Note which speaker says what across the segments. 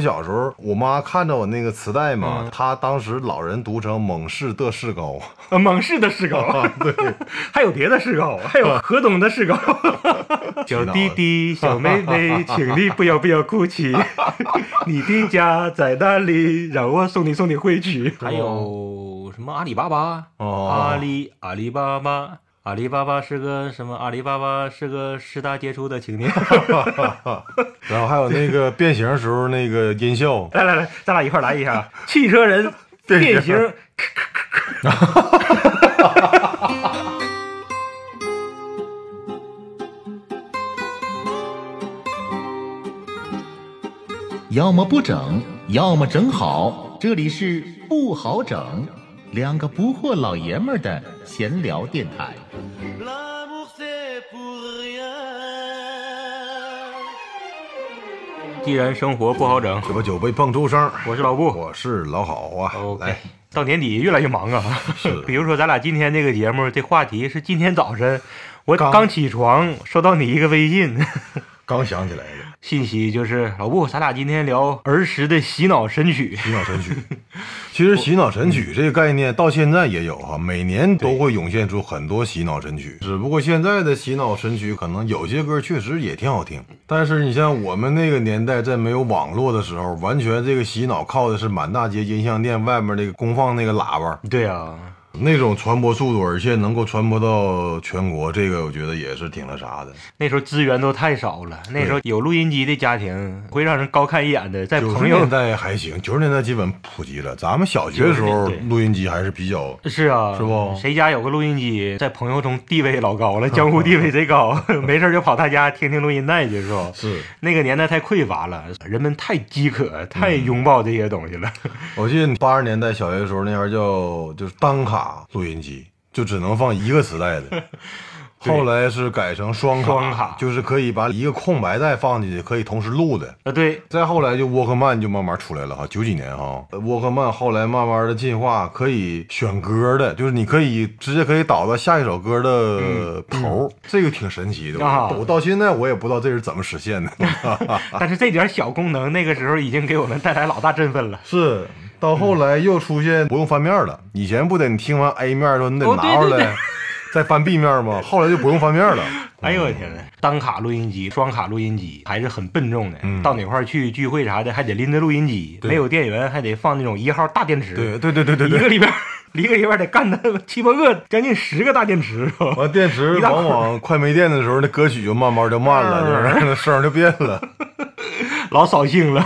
Speaker 1: 小时候，我妈看着我那个磁带嘛，
Speaker 2: 嗯
Speaker 1: 她当时老人读成蒙氏的士 高，
Speaker 3: 呃，蒙氏的士
Speaker 2: 啊
Speaker 3: 高，对， 还有别的士高，还有河东的 士高。小弟弟，小妹妹，请你不要不要哭泣， 你的家在哪里？让我送你送你回去。
Speaker 2: 还有什么阿里巴巴？
Speaker 1: 哦
Speaker 2: 阿里阿里巴巴，阿里巴巴是个什么？阿里巴巴是个十大杰出的青年。
Speaker 1: 然后还有那个变形时候那个音效，
Speaker 3: 来来来，咱俩一块儿来一下啊，汽车人变形。
Speaker 4: 要么不整，要么整好。这里是不好整，两个不惑老爷们儿的闲聊电台。
Speaker 5: L'amour c'est pour rien.
Speaker 2: 既然生活不好整，
Speaker 1: 这不酒杯碰出声。
Speaker 2: 我是老布。
Speaker 1: 我是老好啊
Speaker 2: OK
Speaker 1: 来，
Speaker 3: 到年底越来越忙啊， 比如说咱俩今天这个节目，这话题是今天早晨我
Speaker 1: 刚
Speaker 3: 刚起床收到你一个微信，
Speaker 1: 刚想起来的
Speaker 3: 信息就是老布，咱俩今天聊儿时的洗脑神 曲。
Speaker 1: 洗脑神曲。其实洗脑神
Speaker 3: 嗯
Speaker 1: 曲这个概念到现在也有哈，每年都会涌现出很多洗脑神曲。只不过现在的洗脑神曲可能有些歌确实也挺好听，但是你像我们那个年代，在没有网络的时候，完全这个洗脑靠的是满大街音像店外面那个公放那个喇叭，
Speaker 3: 对啊，
Speaker 1: 那种传播速度，而且能够传播到全国，这个我觉得也是挺那啥的。
Speaker 3: 那时候资源都太少了，那时候有录音机的家庭会让人高看一眼的，在
Speaker 1: 九十
Speaker 3: 哎朋
Speaker 1: 年
Speaker 3: 友
Speaker 1: 代还行，九十年代基本普及了。咱们小学的时候
Speaker 3: 90年代，
Speaker 1: 录音机还是比较
Speaker 3: 是啊，
Speaker 1: 是不
Speaker 3: 谁家有个录音机，在朋友中地位 老高了，江湖地位贼高， 没事儿就跑他家听听录音带去，是不？
Speaker 1: 是。
Speaker 3: 那个年代太匮乏了，人们太饥渴，太
Speaker 1: 嗯
Speaker 3: 拥抱这些东西了。
Speaker 1: 我记得八十年代小学的时候，那边叫就是单卡录音机，就只能放一个磁带 的。后来是改成双卡，
Speaker 3: 双卡
Speaker 1: 就是可以把一个空白带放进去，可以同时录的。
Speaker 3: 啊，对，
Speaker 1: 再后来就沃克曼就慢慢出来了哈，九几年哈，呃沃克曼后来慢慢的进化，可以选歌的，就是你可以直接可以导到下一首歌的头，这个挺神奇的。
Speaker 3: 嗯啊
Speaker 1: 我到现在我也不知道这是怎么实现 的。
Speaker 3: 但是这点小功能，那个时候已经给我们带来老大振奋了。
Speaker 1: 是，到后
Speaker 3: 嗯
Speaker 1: 来又出现不用翻面了，以前不得你听完 A 面儿之后你得
Speaker 3: 哦
Speaker 1: 拿
Speaker 3: 对
Speaker 1: 出
Speaker 3: 对
Speaker 1: 来，再翻 B 面吗？后来就不用翻面 了。
Speaker 3: 哎呦我天呐，单卡录音机、双卡录音机还是很笨重的，
Speaker 1: 嗯
Speaker 3: 到哪块儿去聚会啥的，还得拎着录音机，
Speaker 1: 对
Speaker 3: 没有电源还得放那种一号大电池。
Speaker 1: 对对对对对
Speaker 3: 一个
Speaker 1: 对。
Speaker 3: 里边儿， 一个里边儿得干他七八个，将近十个大电池是吧？
Speaker 1: 完电池
Speaker 3: 一大嗯
Speaker 1: 往往快没电的时候，那歌曲就慢慢就慢了，就是声儿就变了。
Speaker 3: 老扫兴了。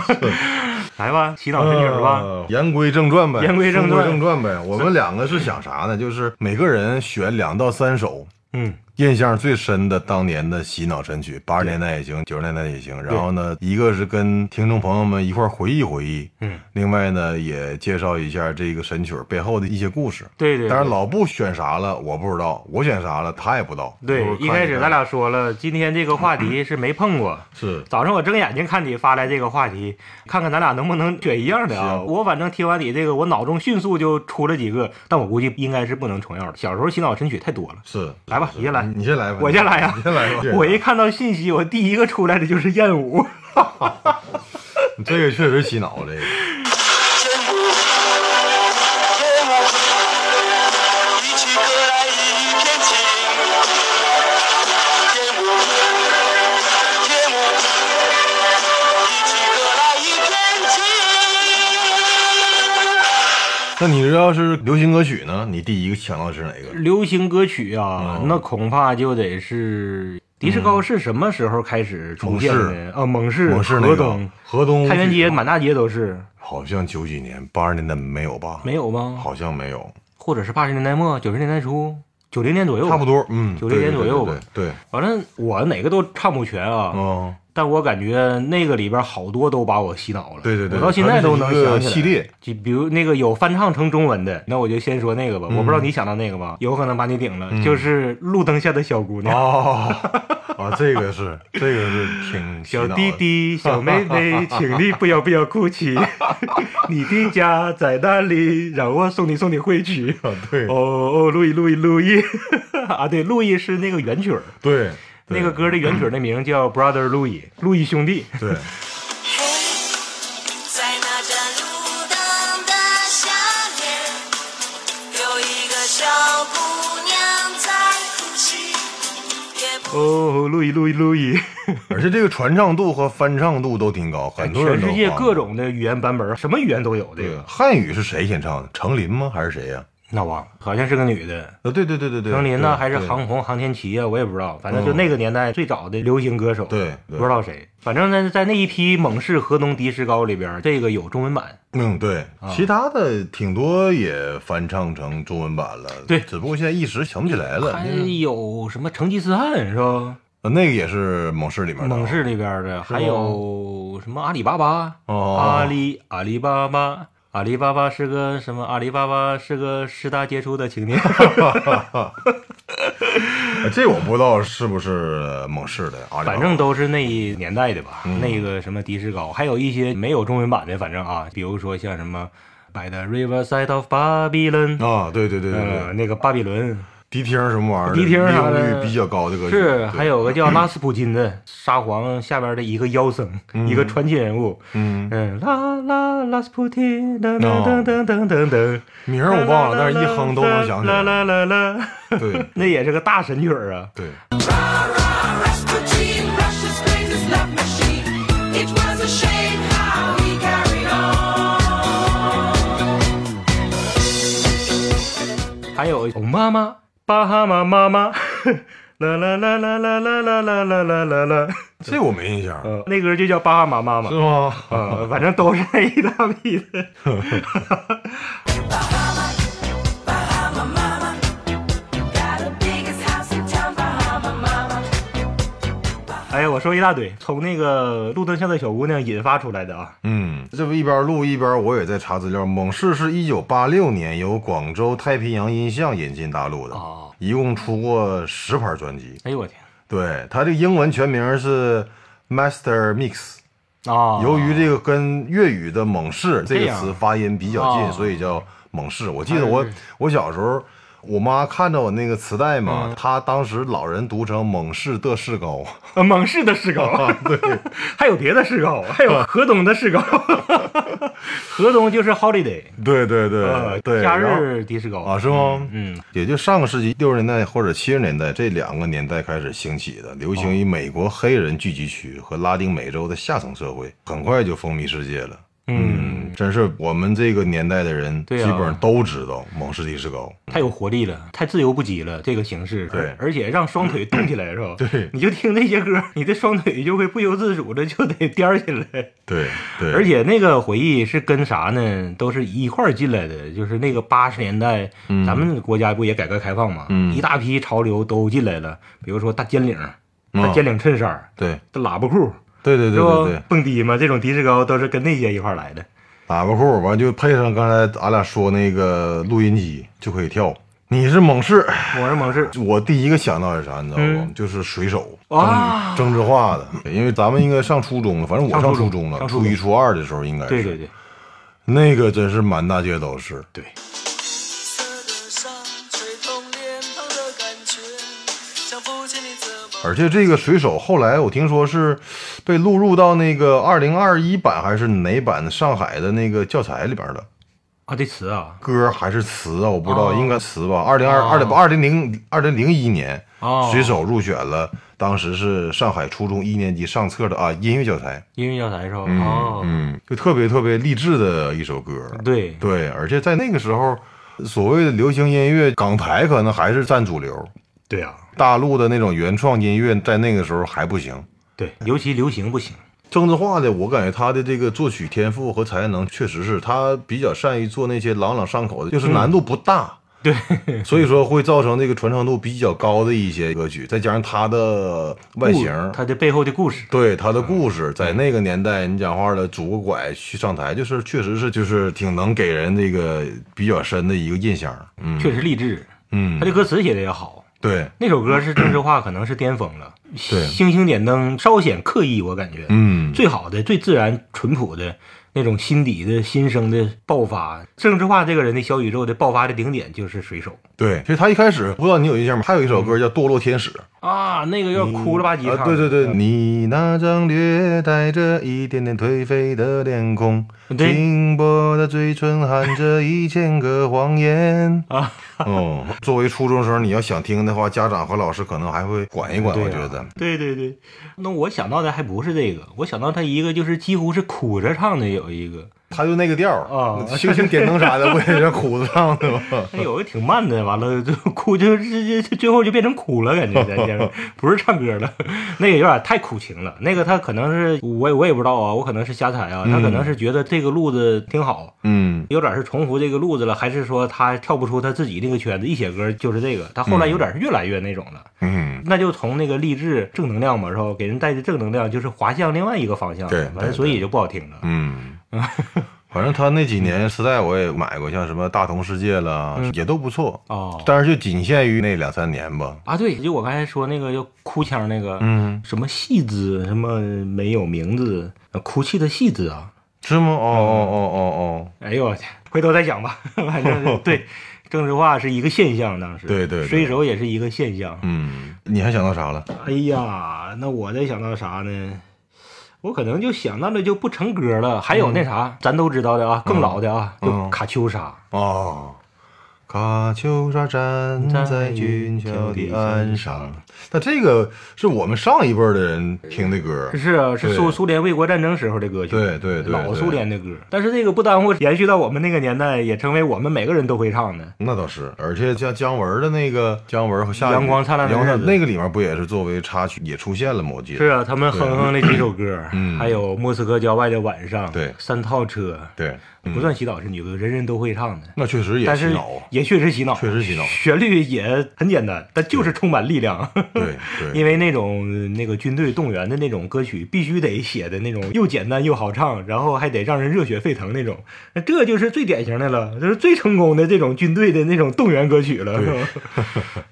Speaker 3: 来吧，洗脑神曲儿吧。
Speaker 1: 呃言归正传呗，
Speaker 3: 言归正传
Speaker 1: 书归正传呗。我们两个是想啥呢？就是每个人选两到三首
Speaker 3: 嗯，
Speaker 1: 印象最深的当年的洗脑神曲，八十年代也行，九十年代也行。然后呢，一个是跟听众朋友们一块儿回忆回忆，
Speaker 3: 嗯，
Speaker 1: 另外呢也介绍一下这个神曲背后的一些故事。
Speaker 3: 对对
Speaker 1: 但是
Speaker 3: 对
Speaker 1: 老布选啥了，我不知道；我选啥了，他也不知道。我
Speaker 3: 对，
Speaker 1: 看
Speaker 3: 一开始
Speaker 1: 看
Speaker 3: 咱俩说了，今天这个话题是没碰过。
Speaker 1: 是
Speaker 3: 早上我睁眼睛看你发来这个话题，看看咱俩能不能选一样的
Speaker 1: 是
Speaker 3: 啊！
Speaker 1: 啊
Speaker 3: 我反正听完你这个，我脑中迅速就出了几个，但我估计应该是不能重样的。小时候洗脑神曲太多了。
Speaker 1: 是，
Speaker 3: 来吧
Speaker 1: 是
Speaker 3: 你先来
Speaker 1: 你先来吧，
Speaker 3: 我先来呀
Speaker 1: 你先 来吧。
Speaker 3: 我一看到信息，我第一个出来的就是燕舞。
Speaker 1: 这个确实洗脑，这个
Speaker 5: 一起歌来一片情，天舞天舞，一起歌来一片情。
Speaker 1: 那你要是流行歌曲呢？你第一个想到的是哪个？
Speaker 3: 流行歌曲啊，那恐怕就得是迪士高是什么时候开始出现
Speaker 1: 蒙
Speaker 3: 的？啊，蒙氏、
Speaker 1: 我是那
Speaker 3: 河
Speaker 1: 个
Speaker 3: 东、
Speaker 1: 河东
Speaker 3: 太原街、满大街都是，
Speaker 1: 好像九几年、八十年代没有吧？
Speaker 3: 没有吗？
Speaker 1: 好像没有，
Speaker 3: 或者是八十年代末、九十年代初、九零年左右，
Speaker 1: 差不。多，嗯，
Speaker 3: 90年左右吧
Speaker 1: 对。对，对对
Speaker 3: 反正我哪个都唱不全啊，
Speaker 1: 嗯，
Speaker 3: 但我感觉那个里边好多都把我洗脑了。
Speaker 1: 对对对，
Speaker 3: 我到现在都能
Speaker 1: 它
Speaker 3: 想
Speaker 1: 是
Speaker 3: 起
Speaker 1: 一个系
Speaker 3: 来。
Speaker 1: 列，
Speaker 3: 就比如那个有翻唱成中文的，那我就先说那个吧。我不知
Speaker 1: 嗯
Speaker 3: 道你想到那个吧，有可能把你顶了，就是路灯下的小姑娘。
Speaker 1: 哦，啊，这个是，这个是挺 洗
Speaker 3: 小
Speaker 1: 脑的
Speaker 3: 弟， 弟，小妹妹，请你不要不要哭泣，你的家在哪里？让我送你送你回去。
Speaker 1: 啊对
Speaker 3: 哦哦，路易路易路易 啊，对，路易是那个原曲儿，
Speaker 1: 对，对
Speaker 3: 那个歌的原曲儿的名叫 Brother Louis，路易兄弟。
Speaker 1: 对，
Speaker 5: Hey, 盏路灯的下面，有一个小姑娘在哭泣，也不
Speaker 6: 哦，路易路易路易，
Speaker 1: 而且这个传唱度和翻唱度都挺高，很多人
Speaker 6: 全
Speaker 1: 都
Speaker 6: 世界
Speaker 1: 放
Speaker 6: 各种的语言版本，什么语言都有。这
Speaker 1: 对
Speaker 6: 个
Speaker 1: 汉语是谁先唱的？程琳吗？还是谁呀？
Speaker 3: 那忘了，好像是个女的，
Speaker 1: 呃，对对对对对，
Speaker 3: 程琳
Speaker 1: 对
Speaker 3: 呢还是
Speaker 1: 对
Speaker 3: 航空航天旗啊，我也不知道，反正就
Speaker 1: 嗯
Speaker 3: 那个年代最早的流行歌手，
Speaker 1: 对对
Speaker 3: 不知道谁，反正呢在那一批猛士河东的士高里边，这个有中文版，
Speaker 1: 嗯，对，
Speaker 3: 啊
Speaker 1: 其他的挺多也翻唱成中文版了，
Speaker 3: 对
Speaker 1: 只不过现在一时想不起来了。
Speaker 3: 还
Speaker 1: 嗯
Speaker 3: 有什么成吉思汗是吧？
Speaker 1: 呃那个也是猛士里面的，
Speaker 3: 猛士那边的，还有什么阿里巴巴，
Speaker 1: 哦
Speaker 3: 阿里阿里巴巴，阿里巴巴是个什么？阿里巴巴是个十大杰出的青年。
Speaker 1: 呃这我不知道是不是猛士的，啊阿里巴巴
Speaker 3: 反正都是那一年代的吧，
Speaker 1: 嗯
Speaker 3: 那个什么迪士高，还有一些没有中文版的，反正啊，比如说像什么《By the Riverside of Babylon》，
Speaker 1: 啊，对对对对
Speaker 3: 呃，
Speaker 1: 对，
Speaker 3: 那个巴比伦
Speaker 1: 迪厅什么玩意儿的，
Speaker 3: 迪厅
Speaker 1: 利
Speaker 3: 啥
Speaker 1: 用
Speaker 3: 的
Speaker 1: 率比较高的歌曲，
Speaker 3: 是，
Speaker 1: 对
Speaker 3: 还有个叫拉斯普金的沙皇下边的一个妖僧，一个传奇人物，
Speaker 1: 嗯，
Speaker 3: 嗯，拉拉拉斯普金，噔噔噔噔噔噔，
Speaker 1: 名儿我忘了，但是一哼都能想起
Speaker 3: 啦
Speaker 1: 来。
Speaker 3: 啦啦啦，
Speaker 1: 对
Speaker 3: 那也是个大神曲儿啊。
Speaker 1: 对，
Speaker 7: Rasputin rushed to Spain, his love machine. It was a shame how he carried on.
Speaker 3: 还有哦妈妈，巴哈马妈妈， 啦啦啦啦啦啦啦啦啦啦啦啦，
Speaker 1: 这我没印象，
Speaker 3: 呃，那歌就叫巴哈马妈妈
Speaker 1: 是，吗？
Speaker 3: 呃，反正都是那一大批的。
Speaker 7: Bahama Mama got the biggest house in town. Bahama Mama.
Speaker 3: 哎呀，我说一大堆，从那个路灯下的小姑娘引发出来的啊，
Speaker 1: 嗯，这不一边录一边我也在查资料。猛士是一九八六年由广州太平洋音像引进大陆的，
Speaker 3: 哦
Speaker 1: 一共出过十盘专辑。
Speaker 3: 哎呦我天，
Speaker 1: 对，他这英文全名是 Master Mix。
Speaker 3: 啊，
Speaker 1: 由于这个跟粤语的“猛士”这
Speaker 3: 这
Speaker 1: 个
Speaker 3: 样哎
Speaker 1: 词发音比较近，
Speaker 3: 哦
Speaker 1: 所以叫猛士。我记得我我小时候，我妈看着我那个磁带嘛，
Speaker 3: 嗯
Speaker 1: 她当时老人读成“猛士的士啊高
Speaker 6: 呃猛士的士高， 对，还有别的士高，还有河东的士高，
Speaker 3: 河东就是 holiday，”。
Speaker 1: 对对对、
Speaker 3: 呃，
Speaker 1: 嗯对，
Speaker 3: 假
Speaker 1: 然后
Speaker 3: 日迪士高
Speaker 1: 啊，是吗？
Speaker 3: 嗯，
Speaker 1: 也就上个世纪六十年代或者七十年代这两个年代开始兴起的，流行于美国黑人聚集区和拉丁美洲的下层社会，很快就风靡世界了。嗯，真是我们这个年代的人，
Speaker 3: 对啊
Speaker 1: 基本上都知道蒙氏迪士高。
Speaker 3: 太有活力了，太自由不羁了，这个形式，
Speaker 1: 对嗯
Speaker 3: 而且让双腿动起来是吧？
Speaker 1: 对
Speaker 3: 你就听那些歌，你的双腿就会不由自主的就得颠儿起来。
Speaker 1: 对对，
Speaker 3: 而且那个回忆是跟啥呢？都是一块儿进来的，就是那个八十年代，咱们国家不也改革开放嘛，
Speaker 1: 嗯
Speaker 3: 一大批潮流都进来了，比如说大尖领、大
Speaker 1: 嗯
Speaker 3: 尖领衬衫儿、
Speaker 1: 对
Speaker 3: 大喇叭裤，
Speaker 1: 对对对
Speaker 3: 是吧？
Speaker 1: 对对，
Speaker 3: 蹦迪嘛，这种迪士高都是跟那些一块儿来的。
Speaker 1: 喇叭裤完就配上刚才俺俩说那个录音机就可以跳。你是猛士，
Speaker 3: 我是 猛士，
Speaker 1: 我第一个想到是啥，你知道不？
Speaker 3: 嗯
Speaker 1: 就是水手，
Speaker 3: 啊
Speaker 1: 郑智化的。因为咱们应该上初中了，反正我
Speaker 3: 上初
Speaker 1: 初
Speaker 3: 中
Speaker 1: 中了，
Speaker 3: 上初
Speaker 1: 初
Speaker 3: 中
Speaker 1: 一初二的时候应该是。
Speaker 3: 对对对，
Speaker 1: 那个真是满大街都是。
Speaker 3: 对，
Speaker 5: 色的伤吹痛脸庞的感觉，想不起你怎么。
Speaker 1: 而且这个水手后来我听说是被录入到那个二零二一版还是哪版上海的那个教材里边了。
Speaker 3: 啊，这词啊，
Speaker 1: 歌还是词啊？我不知道，
Speaker 3: 哦
Speaker 1: 应该词吧。二零二二零二零零二零零一年，
Speaker 3: 哦
Speaker 1: 水手入选了，当时是上海初中一年级上册的啊音乐教材。
Speaker 3: 音乐教材是吧？
Speaker 1: 嗯
Speaker 3: 哦，
Speaker 1: 嗯，就特别特别励志的一首歌。
Speaker 3: 对，
Speaker 1: 对，而且在那个时候，所谓的流行音乐，港台可能还是占主流，
Speaker 6: 对啊，
Speaker 1: 大陆的那种原创音乐在那个时候还不行。
Speaker 3: 对，尤其流行不行，
Speaker 1: 郑智化的，我感觉他的这个作曲天赋和才能确实是他比较善于做那些朗朗上口的，
Speaker 3: 嗯
Speaker 1: 就是难度不大。对，所以说会造成这个传唱度比较高的一些歌曲，再加上他的外形，
Speaker 3: 它的背后的故事，
Speaker 1: 对他的故事，在那个年代，你讲话了，拄个拐去上台，就是确实是就是挺能给人这个比较深的一个印象。嗯，
Speaker 3: 确实励志，
Speaker 1: 嗯
Speaker 3: 它，的歌词写的也好。
Speaker 1: 对，
Speaker 3: 那首歌是郑智化，可能是巅峰了。
Speaker 1: 对
Speaker 3: 星星点灯稍显刻意，我感觉，
Speaker 1: 嗯，
Speaker 3: 最好的、最自然、淳朴的那种心底的心声的爆发。郑智化这个人的小宇宙的爆发的顶点就是水手
Speaker 1: 对，其实他一开始不知道你有印象吗？还有一首歌叫《堕落天使》，
Speaker 3: 啊，那个有点哭了吧唧
Speaker 1: 啊，
Speaker 3: 唱
Speaker 1: 对
Speaker 3: 的。
Speaker 1: 对对，你那张略带着一点点颓废的脸孔，
Speaker 3: 对
Speaker 1: 轻薄的嘴唇含着一千个谎 言啊。哦，作为初中生，你要想听的话，家长和老师可能还会管一管，
Speaker 3: 对啊
Speaker 1: 我觉得。
Speaker 3: 对对对，那我想到的还不是这个，我想到他一个就是几乎是哭着唱的，有一个，
Speaker 1: 他就那个调
Speaker 3: 啊
Speaker 1: 儿，星星点灯啥的，不也是哭着唱 的吗？
Speaker 3: 他有个挺慢的，完了就 哭，就这这最后就变成哭了，感觉在前面不是唱歌了， 那个有点太苦情了。那个他可能是我也我也不知道啊，我可能是瞎猜啊，他可能是觉得这个路子挺好，
Speaker 1: 嗯，
Speaker 3: 有点是重复这个路子了，还是说他跳不出他自己那个圈子，一写歌就是这个，他后来有点是越来越那种了。
Speaker 1: 嗯，
Speaker 3: 那就从那个励志正能量嘛，是吧？给人带的正能量就是滑向另外一个方向，
Speaker 1: 对
Speaker 3: 完了
Speaker 1: 对
Speaker 3: 所以也就不好听了。
Speaker 1: 嗯，反正他那几年磁带我也买过，像什么《大同世界》了，也都不错。
Speaker 3: 嗯哦
Speaker 1: 但是就仅限于那两三年吧。
Speaker 3: 啊，对，就我刚才说那个要哭腔那个，
Speaker 1: 嗯，
Speaker 3: 什么戏子，什么没有名字，呃哭泣的戏子啊，
Speaker 1: 是吗？哦哦哦哦哦，
Speaker 3: 哎呦我去，回头再讲吧， 反正是对，政治化是一个现象，当时
Speaker 1: 对对对
Speaker 3: 水手也是一个现象。
Speaker 1: 嗯，你还想到啥了？
Speaker 3: 哎呀，那我再想到啥呢？我可能就想到的就不成歌了，还有那啥，咱都知道的啊，更老的啊，就
Speaker 1: 嗯
Speaker 3: 卡秋莎。
Speaker 1: 哦，卡秋莎站在俊俏的岸上。那这个是我们上一辈儿的人听的歌
Speaker 3: 是啊，是苏
Speaker 1: 对
Speaker 3: 苏联卫国战争时候的歌曲，
Speaker 1: 对对对
Speaker 3: 老
Speaker 1: 对
Speaker 3: 苏联的歌。但是这个不耽误延续到我们那个年代，也成为我们每个人都会唱的。
Speaker 1: 那倒是，而且像姜文的那个姜文和夏雨
Speaker 3: 阳光灿烂的
Speaker 1: 阳光
Speaker 3: 日子
Speaker 1: 那个里面不也是作为插曲也出现了吗？我记
Speaker 3: 是
Speaker 1: 得。
Speaker 3: 啊，他们哼哼那几首歌，
Speaker 1: 嗯
Speaker 3: 还有《莫斯科郊外的晚上》，
Speaker 1: 对
Speaker 3: 三套车，
Speaker 1: 对，嗯
Speaker 3: 不算洗脑是女歌，人人都会唱的。
Speaker 1: 那确实也
Speaker 3: 但
Speaker 1: 洗
Speaker 3: 是
Speaker 1: 脑啊。
Speaker 3: 也确实洗脑，
Speaker 1: 确实洗脑
Speaker 3: 旋律也很简单，但就是充满力量。
Speaker 1: 对对，
Speaker 3: 因为那种那个军队动员的那种歌曲，必须得写的那种又简单又好唱，然后还得让人热血沸腾那种。那这就是最典型的了，就是最成功的这种军队的那种动员歌曲了。
Speaker 1: 对
Speaker 3: 是吧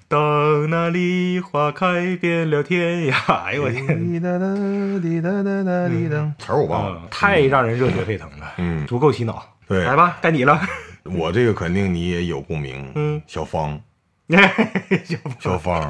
Speaker 3: 当那梨花开遍了天涯，哎呦我天！
Speaker 1: 滴答答滴答答答滴答，词儿我忘了
Speaker 3: 啊，。太让人热血沸腾了，
Speaker 1: 嗯
Speaker 3: 足够洗脑。
Speaker 1: 对
Speaker 3: 来吧，该你了。
Speaker 1: 我这个肯定你也有共鸣。
Speaker 3: 嗯，
Speaker 1: 小 芳，
Speaker 3: 小宝
Speaker 1: 小 芳，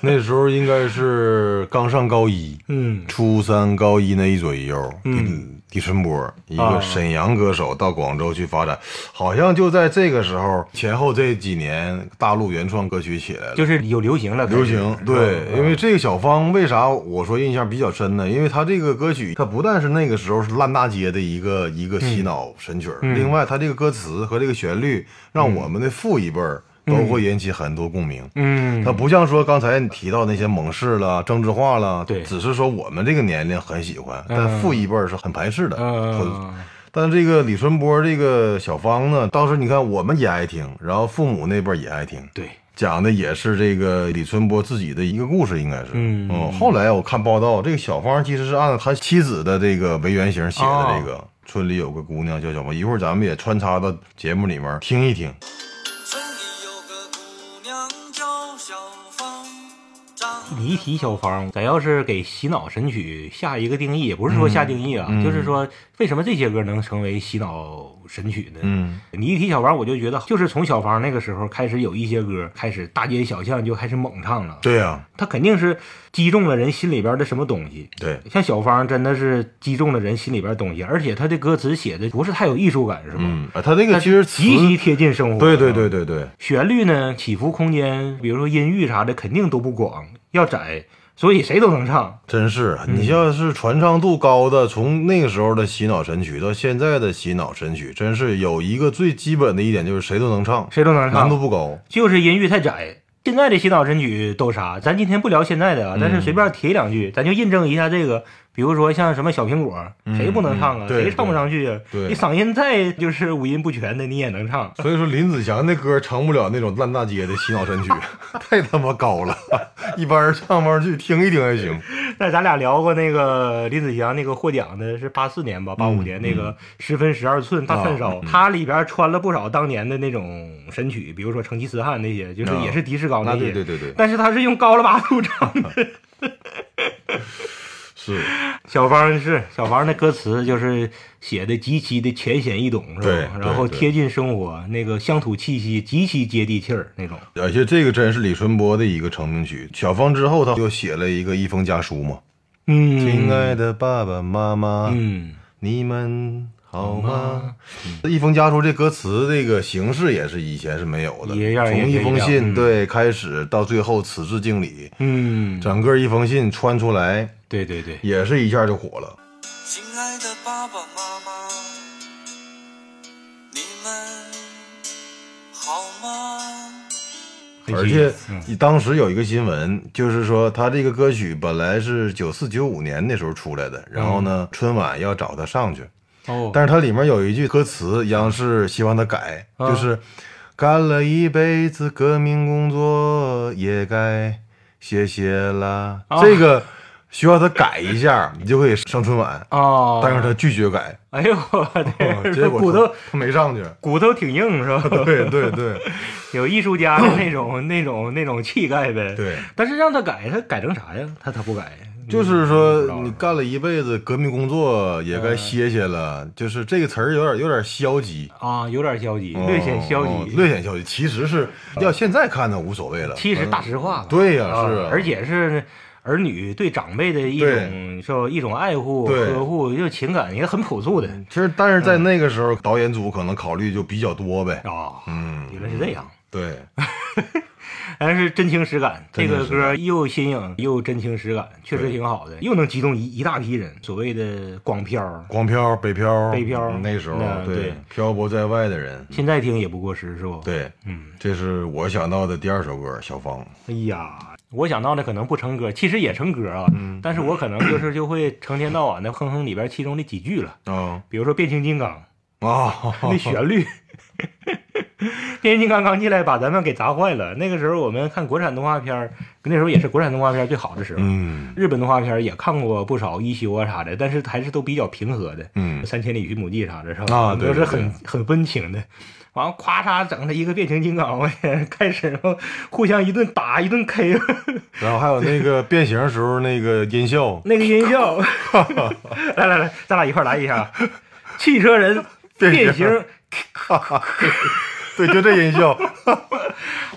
Speaker 1: 那时候应该是刚上高一，
Speaker 3: 嗯，
Speaker 1: 初三高一那一左一右，
Speaker 3: 嗯，
Speaker 1: 李春波，一
Speaker 3: 啊
Speaker 1: 个沈阳歌手到广州去发展，好像就在这个时候前后这几年，大陆原创歌曲起来了。
Speaker 3: 就是有流行了，
Speaker 1: 流行
Speaker 3: 开始
Speaker 1: 对，
Speaker 3: 嗯
Speaker 1: 因为这个小芳为啥我说印象比较深呢？因为她这个歌曲，它不但是那个时候是烂大街的一个一个
Speaker 3: 嗯
Speaker 1: 洗脑神曲儿，另外它这个歌词和这个旋律，让我们的父一辈儿都会引起很多共鸣。
Speaker 3: 嗯，
Speaker 1: 它不像说刚才你提到那些猛士啦、政治化啦，
Speaker 3: 对
Speaker 1: 只是说我们这个年龄很喜欢，但父一辈儿是很排斥的。
Speaker 3: 嗯
Speaker 1: 很但这个李春波这个小芳呢，当时你看我们也爱听，然后父母那辈儿也爱听，
Speaker 3: 对，
Speaker 1: 讲的也是这个李春波自己的一个故事，应该是。哦
Speaker 3: 嗯
Speaker 1: 后来我看报道，这个小芳其实是按他妻子的这个为原型写
Speaker 3: 哦
Speaker 1: 的这个。村里有个姑娘叫小芳，一会儿咱们也穿插到节目里面听一听。
Speaker 5: 村里有个姑娘叫小芳，长
Speaker 3: 你一提小芳，咱要是给洗脑神曲下一个定义，也不是说
Speaker 1: 嗯
Speaker 3: 下定义啊，就是说为什么这些歌能成为洗脑神曲呢？
Speaker 1: 嗯，
Speaker 3: 你一提小芳，我就觉得就是从小芳那个时候开始，有一些歌开始大街小巷就开始猛唱了，
Speaker 1: 对呀、啊
Speaker 3: 他肯定是击中了人心里边的什么东西。
Speaker 1: 对，
Speaker 3: 像小芳真的是击中了人心里边的东西，而且她的歌词写的不是太有艺术感，是吧？
Speaker 1: 嗯，啊他这个
Speaker 3: 但
Speaker 1: 其实
Speaker 3: 是
Speaker 1: 词
Speaker 3: 极其贴近生活。
Speaker 1: 对对对对对，
Speaker 3: 旋律呢起伏空间，比如说音域啥的，肯定都不广，要窄，所以谁都能唱。
Speaker 1: 真是
Speaker 3: 嗯
Speaker 1: 你要是传唱度高的，从那个时候的洗脑神曲到现在的洗脑神曲，真是有一个最基本的一点就是谁都能唱，
Speaker 3: 谁都能唱
Speaker 1: 难度不高。
Speaker 3: 就是音域太窄。现在的洗脑神曲都啥？咱今天不聊现在的啊，但是随
Speaker 1: 嗯
Speaker 3: 便提两句，咱就印证一下这个。比如说像什么小苹果，谁不能唱啊？
Speaker 1: 嗯对
Speaker 3: 谁唱不上去啊？
Speaker 1: 对
Speaker 3: 你嗓音再就是五音不全的，你也能唱。
Speaker 1: 所以说林子祥那歌成不了那种烂大街的洗脑神曲， 太他妈高了， 一般人唱不上去，听一听还行。
Speaker 3: 那咱俩聊过那个林子祥那个获奖的是八四年吧，八
Speaker 1: 嗯
Speaker 3: 五年那个十分十二寸大
Speaker 1: 啊
Speaker 3: 串烧，它里边穿了不少当年的那种神曲，比如说成吉思汗那些，就是
Speaker 1: 啊
Speaker 3: 也是迪士高
Speaker 1: 那
Speaker 3: 些，
Speaker 1: 对对对对
Speaker 3: 但是他是用高了八度唱的，
Speaker 1: 是，
Speaker 3: 小芳是小芳的歌词就是写的极其的浅显易懂，是
Speaker 1: 对
Speaker 3: 吧？然后
Speaker 1: 对对
Speaker 3: 贴近生活，那个乡土气息极其接地气儿那种。
Speaker 1: 而且这个真是李春波的一个成名曲。小芳之后，他又写了一个《一封家书》嘛，
Speaker 3: 嗯，
Speaker 1: 亲爱的爸爸妈妈，
Speaker 3: 嗯，
Speaker 1: 你们好吗？一封家书这歌词这个形式也是以前是没有的，
Speaker 3: 一样也
Speaker 1: 从一封
Speaker 3: 一
Speaker 1: 信
Speaker 3: 样嗯
Speaker 1: 对开始到最后此致敬礼，
Speaker 3: 嗯，
Speaker 1: 整个一封信穿出来
Speaker 3: 对对对，
Speaker 1: 也是一下就火了。
Speaker 5: 亲爱的爸爸妈妈，你们好吗？
Speaker 3: 很
Speaker 1: 而
Speaker 3: 新
Speaker 1: 且
Speaker 3: 嗯
Speaker 1: 当时有一个新闻，就是说他这个歌曲本来是九四九五年那时候出来的，然后
Speaker 3: 嗯
Speaker 1: 呢春晚要找他上去，
Speaker 3: 哦，
Speaker 1: 但是它里面有一句歌词，央视希望他改，
Speaker 3: 啊
Speaker 1: 就是干了一辈子革命工作，也该谢谢啦。
Speaker 3: 啊
Speaker 1: 这个需要他改一下，你就可以上春晚。
Speaker 3: 哦，
Speaker 1: 但是他拒绝 改，
Speaker 3: 哎呦，我 天，
Speaker 1: 结果
Speaker 3: 骨头
Speaker 1: 他他没上去。
Speaker 3: 骨头挺硬是吧？
Speaker 1: 对对对
Speaker 3: 有艺术家的那种 那种那种气概呗。
Speaker 1: 对，
Speaker 3: 但是让他改，他改成啥呀？他他不改，
Speaker 1: 就是说你干了一辈子革命工作，也该歇歇了。
Speaker 3: 哎
Speaker 1: 就是这个词儿有点有点消极，
Speaker 3: 啊，有点消极，
Speaker 1: 嗯
Speaker 3: 略显消
Speaker 1: 嗯
Speaker 3: 极。嗯
Speaker 1: 略显消极。其实是要现在看呢无所谓了，
Speaker 3: 其实大实话吧。
Speaker 1: 嗯对呀
Speaker 3: 啊
Speaker 1: 是啊
Speaker 3: 而且是儿女对长辈的一种说一种爱护、
Speaker 1: 对
Speaker 3: 呵护，就情感也很朴素的
Speaker 1: 其实，但是在那个时候，导演组可能考虑就比较多呗。
Speaker 3: 啊。
Speaker 1: 嗯，
Speaker 3: 原来是这样，
Speaker 1: 对，
Speaker 3: 但是真情实感，这
Speaker 1: 真情
Speaker 3: 个
Speaker 1: 实感
Speaker 3: 歌又新颖又真情实感，确实
Speaker 1: 对
Speaker 3: 挺好的，又能击中一一大批人。所谓的光飘儿，
Speaker 1: 光漂、北漂、
Speaker 3: 北漂
Speaker 1: 嗯那时候
Speaker 3: 那对
Speaker 1: 漂泊在外的人，
Speaker 3: 现在听也不过时，是不？
Speaker 1: 对，
Speaker 3: 嗯，
Speaker 1: 这是我想到的第二首歌《小芳》。
Speaker 3: 哎呀，我想到的可能不成歌，其实也成歌啊，但是我可能就是就会成天到晚的哼哼里边其中的几句了，
Speaker 1: 啊
Speaker 3: 比如说变形金刚
Speaker 1: 啊，
Speaker 3: 哦 那旋律，变形金刚刚进来把咱们给砸坏了。那个时候我们看国产动画片儿，那时候也是国产动画片儿最好的时候。
Speaker 1: 嗯
Speaker 3: 日本动画片儿也看过不少一休啊啥的，但是还是都比较平和的。
Speaker 1: 嗯，
Speaker 3: 三千里寻母记啥的，是吧？
Speaker 1: 啊对
Speaker 3: 都是
Speaker 1: 对
Speaker 3: 很很温情的。完了，咵嚓整了一个变形金刚，我 天，开始然后互相一顿打，一顿 K，
Speaker 1: 然后还有那个变形时候那个音效，
Speaker 3: 那个 音效。来来来，咱俩一块儿来一下，啊汽车人
Speaker 1: 变形
Speaker 3: 变形，
Speaker 1: 对，就这音效。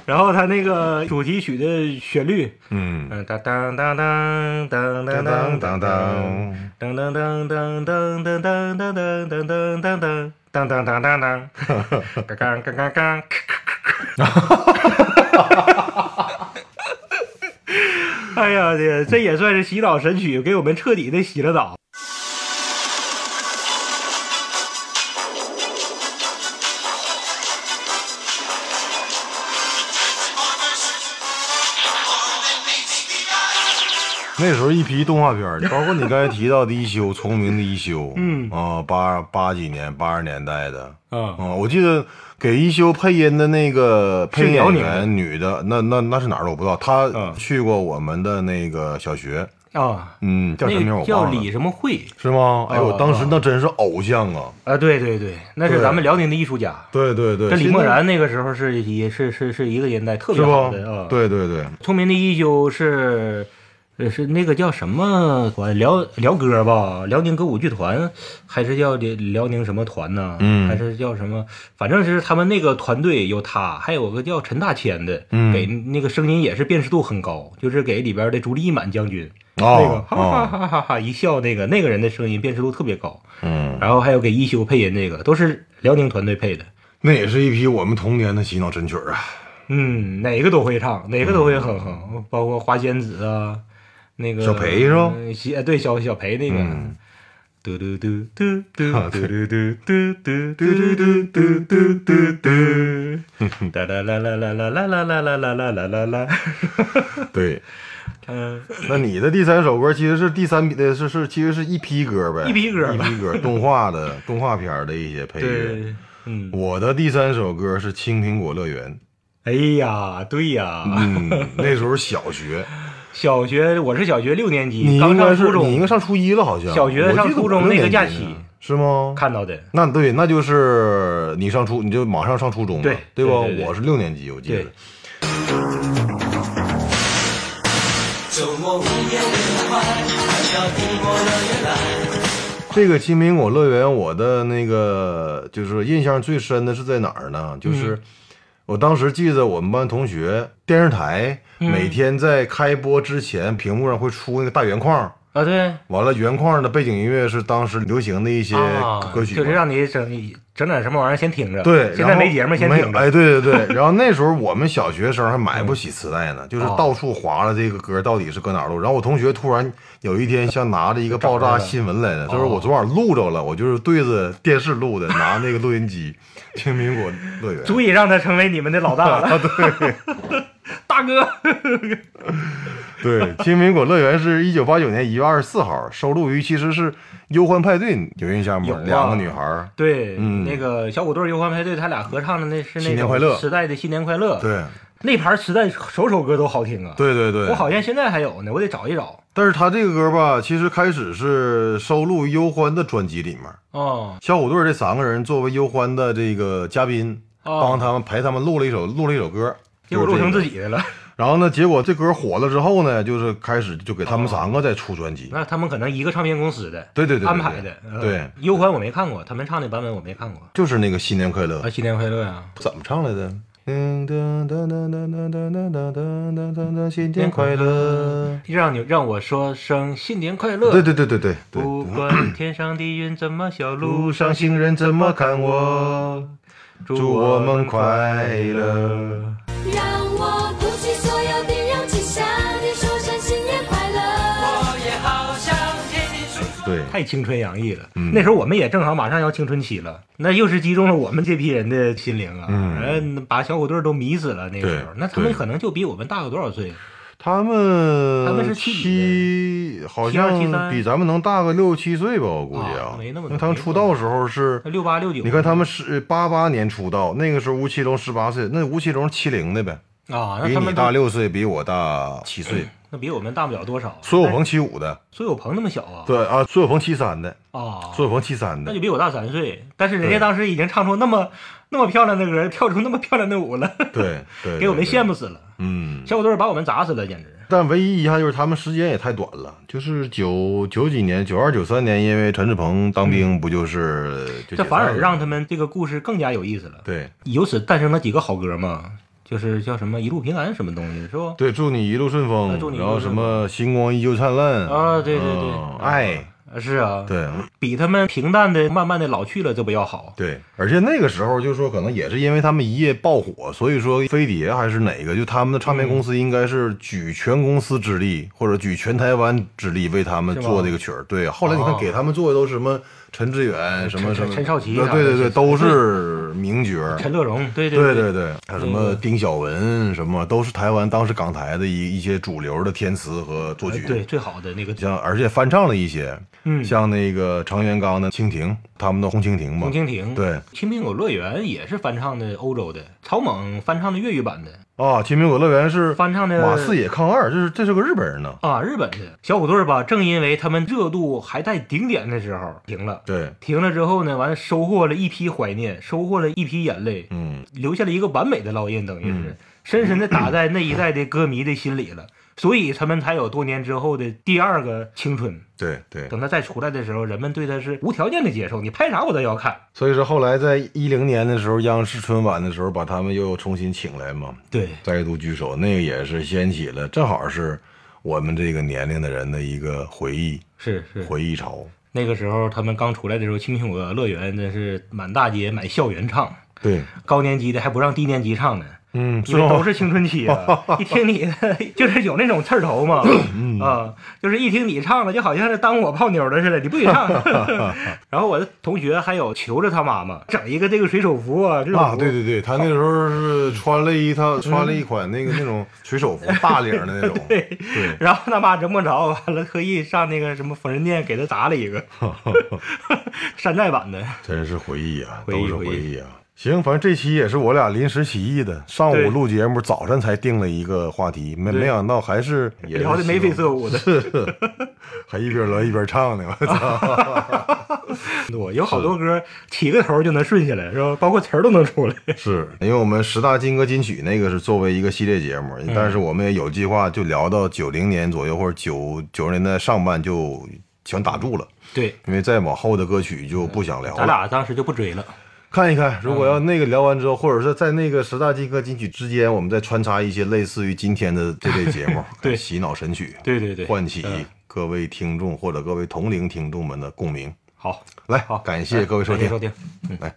Speaker 3: 然后他那个主题曲的旋律，
Speaker 1: 嗯，
Speaker 3: 嗯，当当当当当当
Speaker 1: 当
Speaker 3: 当
Speaker 1: 当当当，
Speaker 3: 当当。噔噔噔噔噔噔噔噔噔噔噔噔噔。当当当当当，嘎嘎嘎嘎嘎，哎呀天，这也算是洗脑神曲，给我们彻底的洗了脑。
Speaker 1: 那时候一批动画片儿，包括你刚才提到的《一休》《聪明的一休》，
Speaker 3: 嗯
Speaker 1: 啊，八八几年八十年代的，
Speaker 3: 啊
Speaker 1: 啊，我记得给一休配音的那个配音
Speaker 3: 是辽
Speaker 1: 演
Speaker 3: 宁的
Speaker 1: 员女的，那那那是哪儿的我不知道，她
Speaker 3: 嗯
Speaker 1: 去过我们的那个小学，
Speaker 3: 啊，
Speaker 1: 嗯，叫什么名
Speaker 3: 那
Speaker 1: 儿
Speaker 3: 个
Speaker 1: 我
Speaker 3: 叫
Speaker 1: 忘
Speaker 3: 李
Speaker 1: 了，
Speaker 3: 什么慧
Speaker 1: 是吗？哎呦，我
Speaker 3: 啊
Speaker 1: 当时那真是偶像啊！
Speaker 3: 啊，对对对，那是
Speaker 1: 对
Speaker 3: 咱们辽宁的艺术家，
Speaker 1: 对对对，
Speaker 3: 跟李
Speaker 1: 现在
Speaker 3: 默然那个时候是也是是是一个年代，特
Speaker 1: 是
Speaker 3: 别好的
Speaker 1: 不
Speaker 3: 啊。？，
Speaker 1: 对对对，
Speaker 3: 聪明的一休是，呃，是那个叫什么团？辽辽歌吧，辽宁歌舞剧团，还是叫辽辽宁什么团呢？
Speaker 1: 嗯
Speaker 3: 还是叫什么？反正是他们那个团队有他，还有个叫陈大千的，
Speaker 1: 嗯
Speaker 3: 给那个声音也是辨识度很高，就是给里边的朱丽满将军。那个
Speaker 1: 哦
Speaker 3: 哈哈
Speaker 1: 哦，
Speaker 3: 哈哈哈一笑，那个那个人的声音辨识度特别高，
Speaker 1: 嗯，
Speaker 3: 然后还有给一休配音那个，都是辽宁团队配的。
Speaker 1: 那也是一批我们童年的洗脑神曲儿啊。
Speaker 3: 嗯，哪个都会唱，哪个都会哼哼，包括花仙子啊，那个
Speaker 1: 小裴是吧
Speaker 3: 嗯西对小小裴那个
Speaker 1: 嗯，
Speaker 3: 嘟嘟嘟嘟嘟
Speaker 1: 啊
Speaker 3: 嘟
Speaker 1: 对
Speaker 3: 嘟嘟嘟嘟嘟嘟嘟嘟嘟嘟，哒啦啦啦啦啦啦啦啦啦啦啦啦啦啦，
Speaker 1: 对，
Speaker 3: 嗯，
Speaker 1: 那你的第三首歌其实是第三批的，是是其实是一批歌呗，
Speaker 3: 一批歌
Speaker 1: 一
Speaker 3: 吧
Speaker 1: 批歌，动画的动画片儿的一些配乐。
Speaker 3: 对，嗯，
Speaker 1: 我的第三首歌是《青苹果乐园》。
Speaker 3: 哎呀，对呀，
Speaker 1: 嗯，那时候小学，
Speaker 3: 小学我是小学六年级，
Speaker 1: 你
Speaker 3: 刚
Speaker 1: 应该
Speaker 3: 上
Speaker 1: 是
Speaker 3: 初
Speaker 1: 你应该
Speaker 3: 中
Speaker 1: 上初一了，好像
Speaker 3: 小学
Speaker 1: 我记
Speaker 3: 上
Speaker 1: 得
Speaker 3: 初
Speaker 1: 五
Speaker 3: 中
Speaker 1: 六
Speaker 3: 那个
Speaker 1: 年
Speaker 3: 假
Speaker 1: 级
Speaker 3: 期
Speaker 1: 是吗？
Speaker 3: 看到的，
Speaker 1: 那对，那就是你上初你就马上上初中了，
Speaker 3: 对
Speaker 1: 对吧？
Speaker 3: 对对对
Speaker 1: 我是六年级，我记得
Speaker 3: 对。
Speaker 5: 周末午夜的快，还要停泊乐园来。
Speaker 1: 这个金苹果乐园，我的那个就是印象最深的是在哪儿呢？就是
Speaker 3: 嗯
Speaker 1: 我当时记得我们班同学电视台
Speaker 3: 嗯
Speaker 1: 每天在开播之前，屏幕上会出那个大原框，
Speaker 3: 啊，对，
Speaker 1: 完了原框的背景音乐是当时流行的一些
Speaker 3: 啊，
Speaker 1: 歌曲嘛，
Speaker 3: 就是让你整整点什么玩意儿先听着，
Speaker 1: 对，然
Speaker 3: 现在
Speaker 1: 后
Speaker 3: 没节目先
Speaker 1: 没
Speaker 3: 听着，嗯
Speaker 1: 哎，对对对，然后那时候我们小学生还买不起磁带呢，
Speaker 3: 哦
Speaker 1: 就是到处划拉这个歌到底是搁哪儿录。然后我同学突然有一天像拿着一个爆炸新闻来的，
Speaker 3: 哦
Speaker 1: 就是我昨晚录着了，我就是对着电视录的，拿那个录音机，听民国乐园。
Speaker 3: 足以让他成为你们的老大 了。 大哥，
Speaker 1: 对，青苹果乐园是一九八九年一月二十四号收录于，其实是《忧欢派对》，有印象
Speaker 3: 有
Speaker 1: 吗
Speaker 3: 啊？
Speaker 1: 两个女孩儿，
Speaker 3: 对，
Speaker 1: 嗯
Speaker 3: 那个小虎队忧欢派对，他俩合唱的那是那
Speaker 1: 新年
Speaker 3: 种
Speaker 1: 快乐
Speaker 3: 时代的新年快乐，，
Speaker 1: 对，
Speaker 3: 那盘时代首首歌都好听啊，，
Speaker 1: 对对对，
Speaker 3: 我好像现在还有呢，我得找一找。
Speaker 1: 但是他这个歌吧，其实开始是收录于忧欢的专辑里面。
Speaker 3: 哦，
Speaker 1: 小虎队这三个人作为忧欢的这个嘉宾，
Speaker 3: 哦
Speaker 1: 帮他们陪他们录了一首录了一首歌，
Speaker 3: 结果录成
Speaker 1: 就是这个
Speaker 3: 自。己的了，
Speaker 1: 然后呢，结果这歌火了之后呢，就是开始就给他们三个在出专辑。
Speaker 3: 那他们可能一个唱片公司的，
Speaker 1: 对对对对
Speaker 3: 安排的，
Speaker 1: 对
Speaker 3: 嗯
Speaker 1: 对
Speaker 3: 忧欢我没看过，他们唱的版本我没看过。
Speaker 1: 就是那个新年快乐
Speaker 3: 啊，，新年快乐呀！
Speaker 1: 怎么唱来的？噔噔噔噔噔噔噔噔噔噔噔噔，新年快乐！
Speaker 3: 让你让我说声新年快乐。
Speaker 1: 对对对对对对。
Speaker 3: 不管天上的云怎么小，路
Speaker 1: 路上
Speaker 3: 上
Speaker 1: 行人怎么看我？祝我们快乐。
Speaker 8: 让我鼓起所有的勇气，向你说声新年快乐。
Speaker 5: 我也好想听你说。
Speaker 1: 对，
Speaker 3: 太青春洋溢了。
Speaker 1: 嗯
Speaker 3: 那时候我们也正好马上要青春期了，那又是击中了我们这批人的心灵啊！
Speaker 1: 嗯
Speaker 3: 嗯，把小虎队都迷死了。那个时候
Speaker 1: 对，
Speaker 3: 那他们
Speaker 1: 对
Speaker 3: 可能就比我们大个多少岁？
Speaker 1: 他们
Speaker 3: 他们是
Speaker 1: 七，好
Speaker 3: 七二
Speaker 1: 像
Speaker 3: 七
Speaker 1: 比咱们能大个六七岁吧，我估计
Speaker 3: 啊
Speaker 1: 啊。
Speaker 3: 没那么
Speaker 1: 因为他们出道时候是
Speaker 3: 那，六八六九。
Speaker 1: 你看他们是呃八八年出道，那个时候吴奇隆十八岁，那吴奇隆七零的呗，
Speaker 3: 啊，那
Speaker 1: 比
Speaker 3: 他
Speaker 1: 你
Speaker 3: 们
Speaker 1: 大
Speaker 3: 都嗯
Speaker 1: 六岁，比我大七岁。
Speaker 3: 那比我们大不了多少。
Speaker 1: 苏有朋
Speaker 3: 但，
Speaker 1: 七五的，
Speaker 3: 苏有朋那么小啊？
Speaker 1: 对啊，苏有朋七三的，
Speaker 3: 啊，
Speaker 1: 苏有朋七三
Speaker 3: 那
Speaker 1: 的
Speaker 3: 就，比我大三岁，但是人
Speaker 1: 对
Speaker 3: 家当时已经唱出那么那么漂亮的歌， 跳出那么漂亮的舞了，
Speaker 1: 对对，
Speaker 3: 给我们
Speaker 1: 对
Speaker 3: 羡。慕死了。
Speaker 1: 嗯，
Speaker 3: 小虎队把我们砸死了，简直。
Speaker 1: 但唯一遗憾就是他们时间也太短了，就是九九几年，九二九三年，因为陈志朋当兵，不就是就
Speaker 3: 嗯这
Speaker 1: 解
Speaker 3: 反
Speaker 1: 散
Speaker 3: 而
Speaker 1: 了
Speaker 3: 让
Speaker 1: 吗
Speaker 3: 他们这个故事更加有意思了。
Speaker 1: 对。
Speaker 3: 由此诞生了几个好歌嘛，就是叫什么“一路平安”什么东西是不？
Speaker 1: 对，祝你一路顺风，
Speaker 3: 啊祝你一路
Speaker 1: 然后什么星光依旧灿烂
Speaker 3: 啊，对对对，
Speaker 1: 嗯爱，
Speaker 3: 啊是啊，，
Speaker 1: 对
Speaker 3: 比他们平淡的、慢慢的老去了，这不要好。
Speaker 1: 对，而且那个时候就说可能也是因为他们一夜爆火，所以说飞碟还是哪个，就他们的
Speaker 3: 嗯
Speaker 1: 唱片公司应该是举全公司之力、或者举全台湾之力为他们
Speaker 3: 是吗
Speaker 1: 做这个曲儿。对，后来你看
Speaker 3: 哦
Speaker 1: 给他们做的都是什么陈志远、什么
Speaker 3: 陈
Speaker 1: 什么
Speaker 3: 陈少奇
Speaker 1: 对
Speaker 3: 啥
Speaker 1: 对
Speaker 3: 的
Speaker 1: 对对，
Speaker 3: 是
Speaker 1: 都是名角儿。
Speaker 3: 陈乐融，对对
Speaker 1: 对
Speaker 3: 对
Speaker 1: 对对，还有什么丁晓文什么，都是台湾当时港台的一一些主流的填词和作
Speaker 3: 哎
Speaker 1: 曲。
Speaker 3: 对最好的那个
Speaker 1: 像而且翻唱了一些，
Speaker 3: 嗯
Speaker 1: 像那个常元刚的《蜻蜓》，他们的《红蜻蜓》嘛，
Speaker 3: 红蜻蜓，
Speaker 1: 对
Speaker 3: 《青苹果乐园》也是翻唱的欧洲的，草蜢翻唱的粤语版的
Speaker 1: 啊，《青苹果乐园》是
Speaker 3: 翻唱的
Speaker 1: 马四野抗二，这是这是个日本人呢，
Speaker 3: 啊，日本的小虎队儿吧，正因为他们热度还在顶点的时候停了，
Speaker 1: 对，
Speaker 3: 停了之后呢，完了收获了一批怀念，收获了一批眼泪，
Speaker 1: 嗯，
Speaker 3: 留下了一个完美的烙印，等于是、
Speaker 1: 嗯
Speaker 3: 深深的打在那一代的歌迷的心里了，所以他们才有多年之后的第二个青春。
Speaker 1: 对对，
Speaker 3: 等他再出来的时候，人们对他是无条件的接受，你拍啥我都要看。
Speaker 1: 所以说后来在一零年的时候，央视春晚的时候，把他们又重新请来嘛，
Speaker 3: 对，
Speaker 1: 再度聚首，那个也是掀起了，正好是我们这个年龄的人的一个回忆
Speaker 3: 是是，
Speaker 1: 回忆潮，
Speaker 3: 那个时候他们刚出来的时候，《青苹果乐园》真是满大街满校园唱，
Speaker 1: 对，
Speaker 3: 高年级的还不让低年级唱呢。
Speaker 1: 嗯，
Speaker 3: 因为都是青春期啊，一听你 的就是有那种刺儿头嘛，
Speaker 1: 嗯
Speaker 3: 啊，就是一听你唱了，就好像是耽误我泡妞了似的，你不 许唱。 然后我的同学还有求着他妈妈整一个这个水手服啊，这种
Speaker 1: 啊，
Speaker 3: 服
Speaker 1: 对对对，他那时候是穿了一套，穿了一款那个那
Speaker 3: 嗯
Speaker 1: 种水手服，大领的 那种，
Speaker 3: 对
Speaker 1: 对
Speaker 3: 然后他妈整不着，完了特意上那个什么缝纫 店给他砸了一个山寨版的，
Speaker 1: 真是回忆啊，
Speaker 3: 回忆
Speaker 1: 都是
Speaker 3: 回忆
Speaker 1: 忆啊。行，反正这期也是我俩临时起意的，上午
Speaker 6: 对
Speaker 1: 录节目，早晨才定了一个话题，没
Speaker 6: 对
Speaker 1: 没想到还是也是
Speaker 6: 聊的眉飞色舞的，
Speaker 1: 是，还一边聊一边唱呢，我操！
Speaker 3: 多，有好多歌起个头就能顺下来，是吧？包括词儿都能出来。
Speaker 1: 是因为我们十大金歌金曲那个是作为一个系列节目，但是我们也有计划，就聊到九零年左右或者九九十年代上半就全打住了，
Speaker 3: 对，
Speaker 1: 因为再往后的歌曲就不想聊
Speaker 3: 咱
Speaker 1: 了。
Speaker 3: 俩当时就不追了。
Speaker 1: 看一看，如果要那个聊完之后，或者是在那个十大金歌金曲之间，我们再穿插一些类似于今天的这类节目，
Speaker 3: 对
Speaker 1: 洗脑神曲，
Speaker 3: 对对对，
Speaker 1: 唤起
Speaker 3: 嗯
Speaker 1: 各位听众或者各位同龄听众们的共鸣。
Speaker 3: 好，
Speaker 1: 来
Speaker 3: 好，
Speaker 1: 感谢各位收
Speaker 3: 感谢
Speaker 1: 听
Speaker 3: 收。听。
Speaker 1: 来。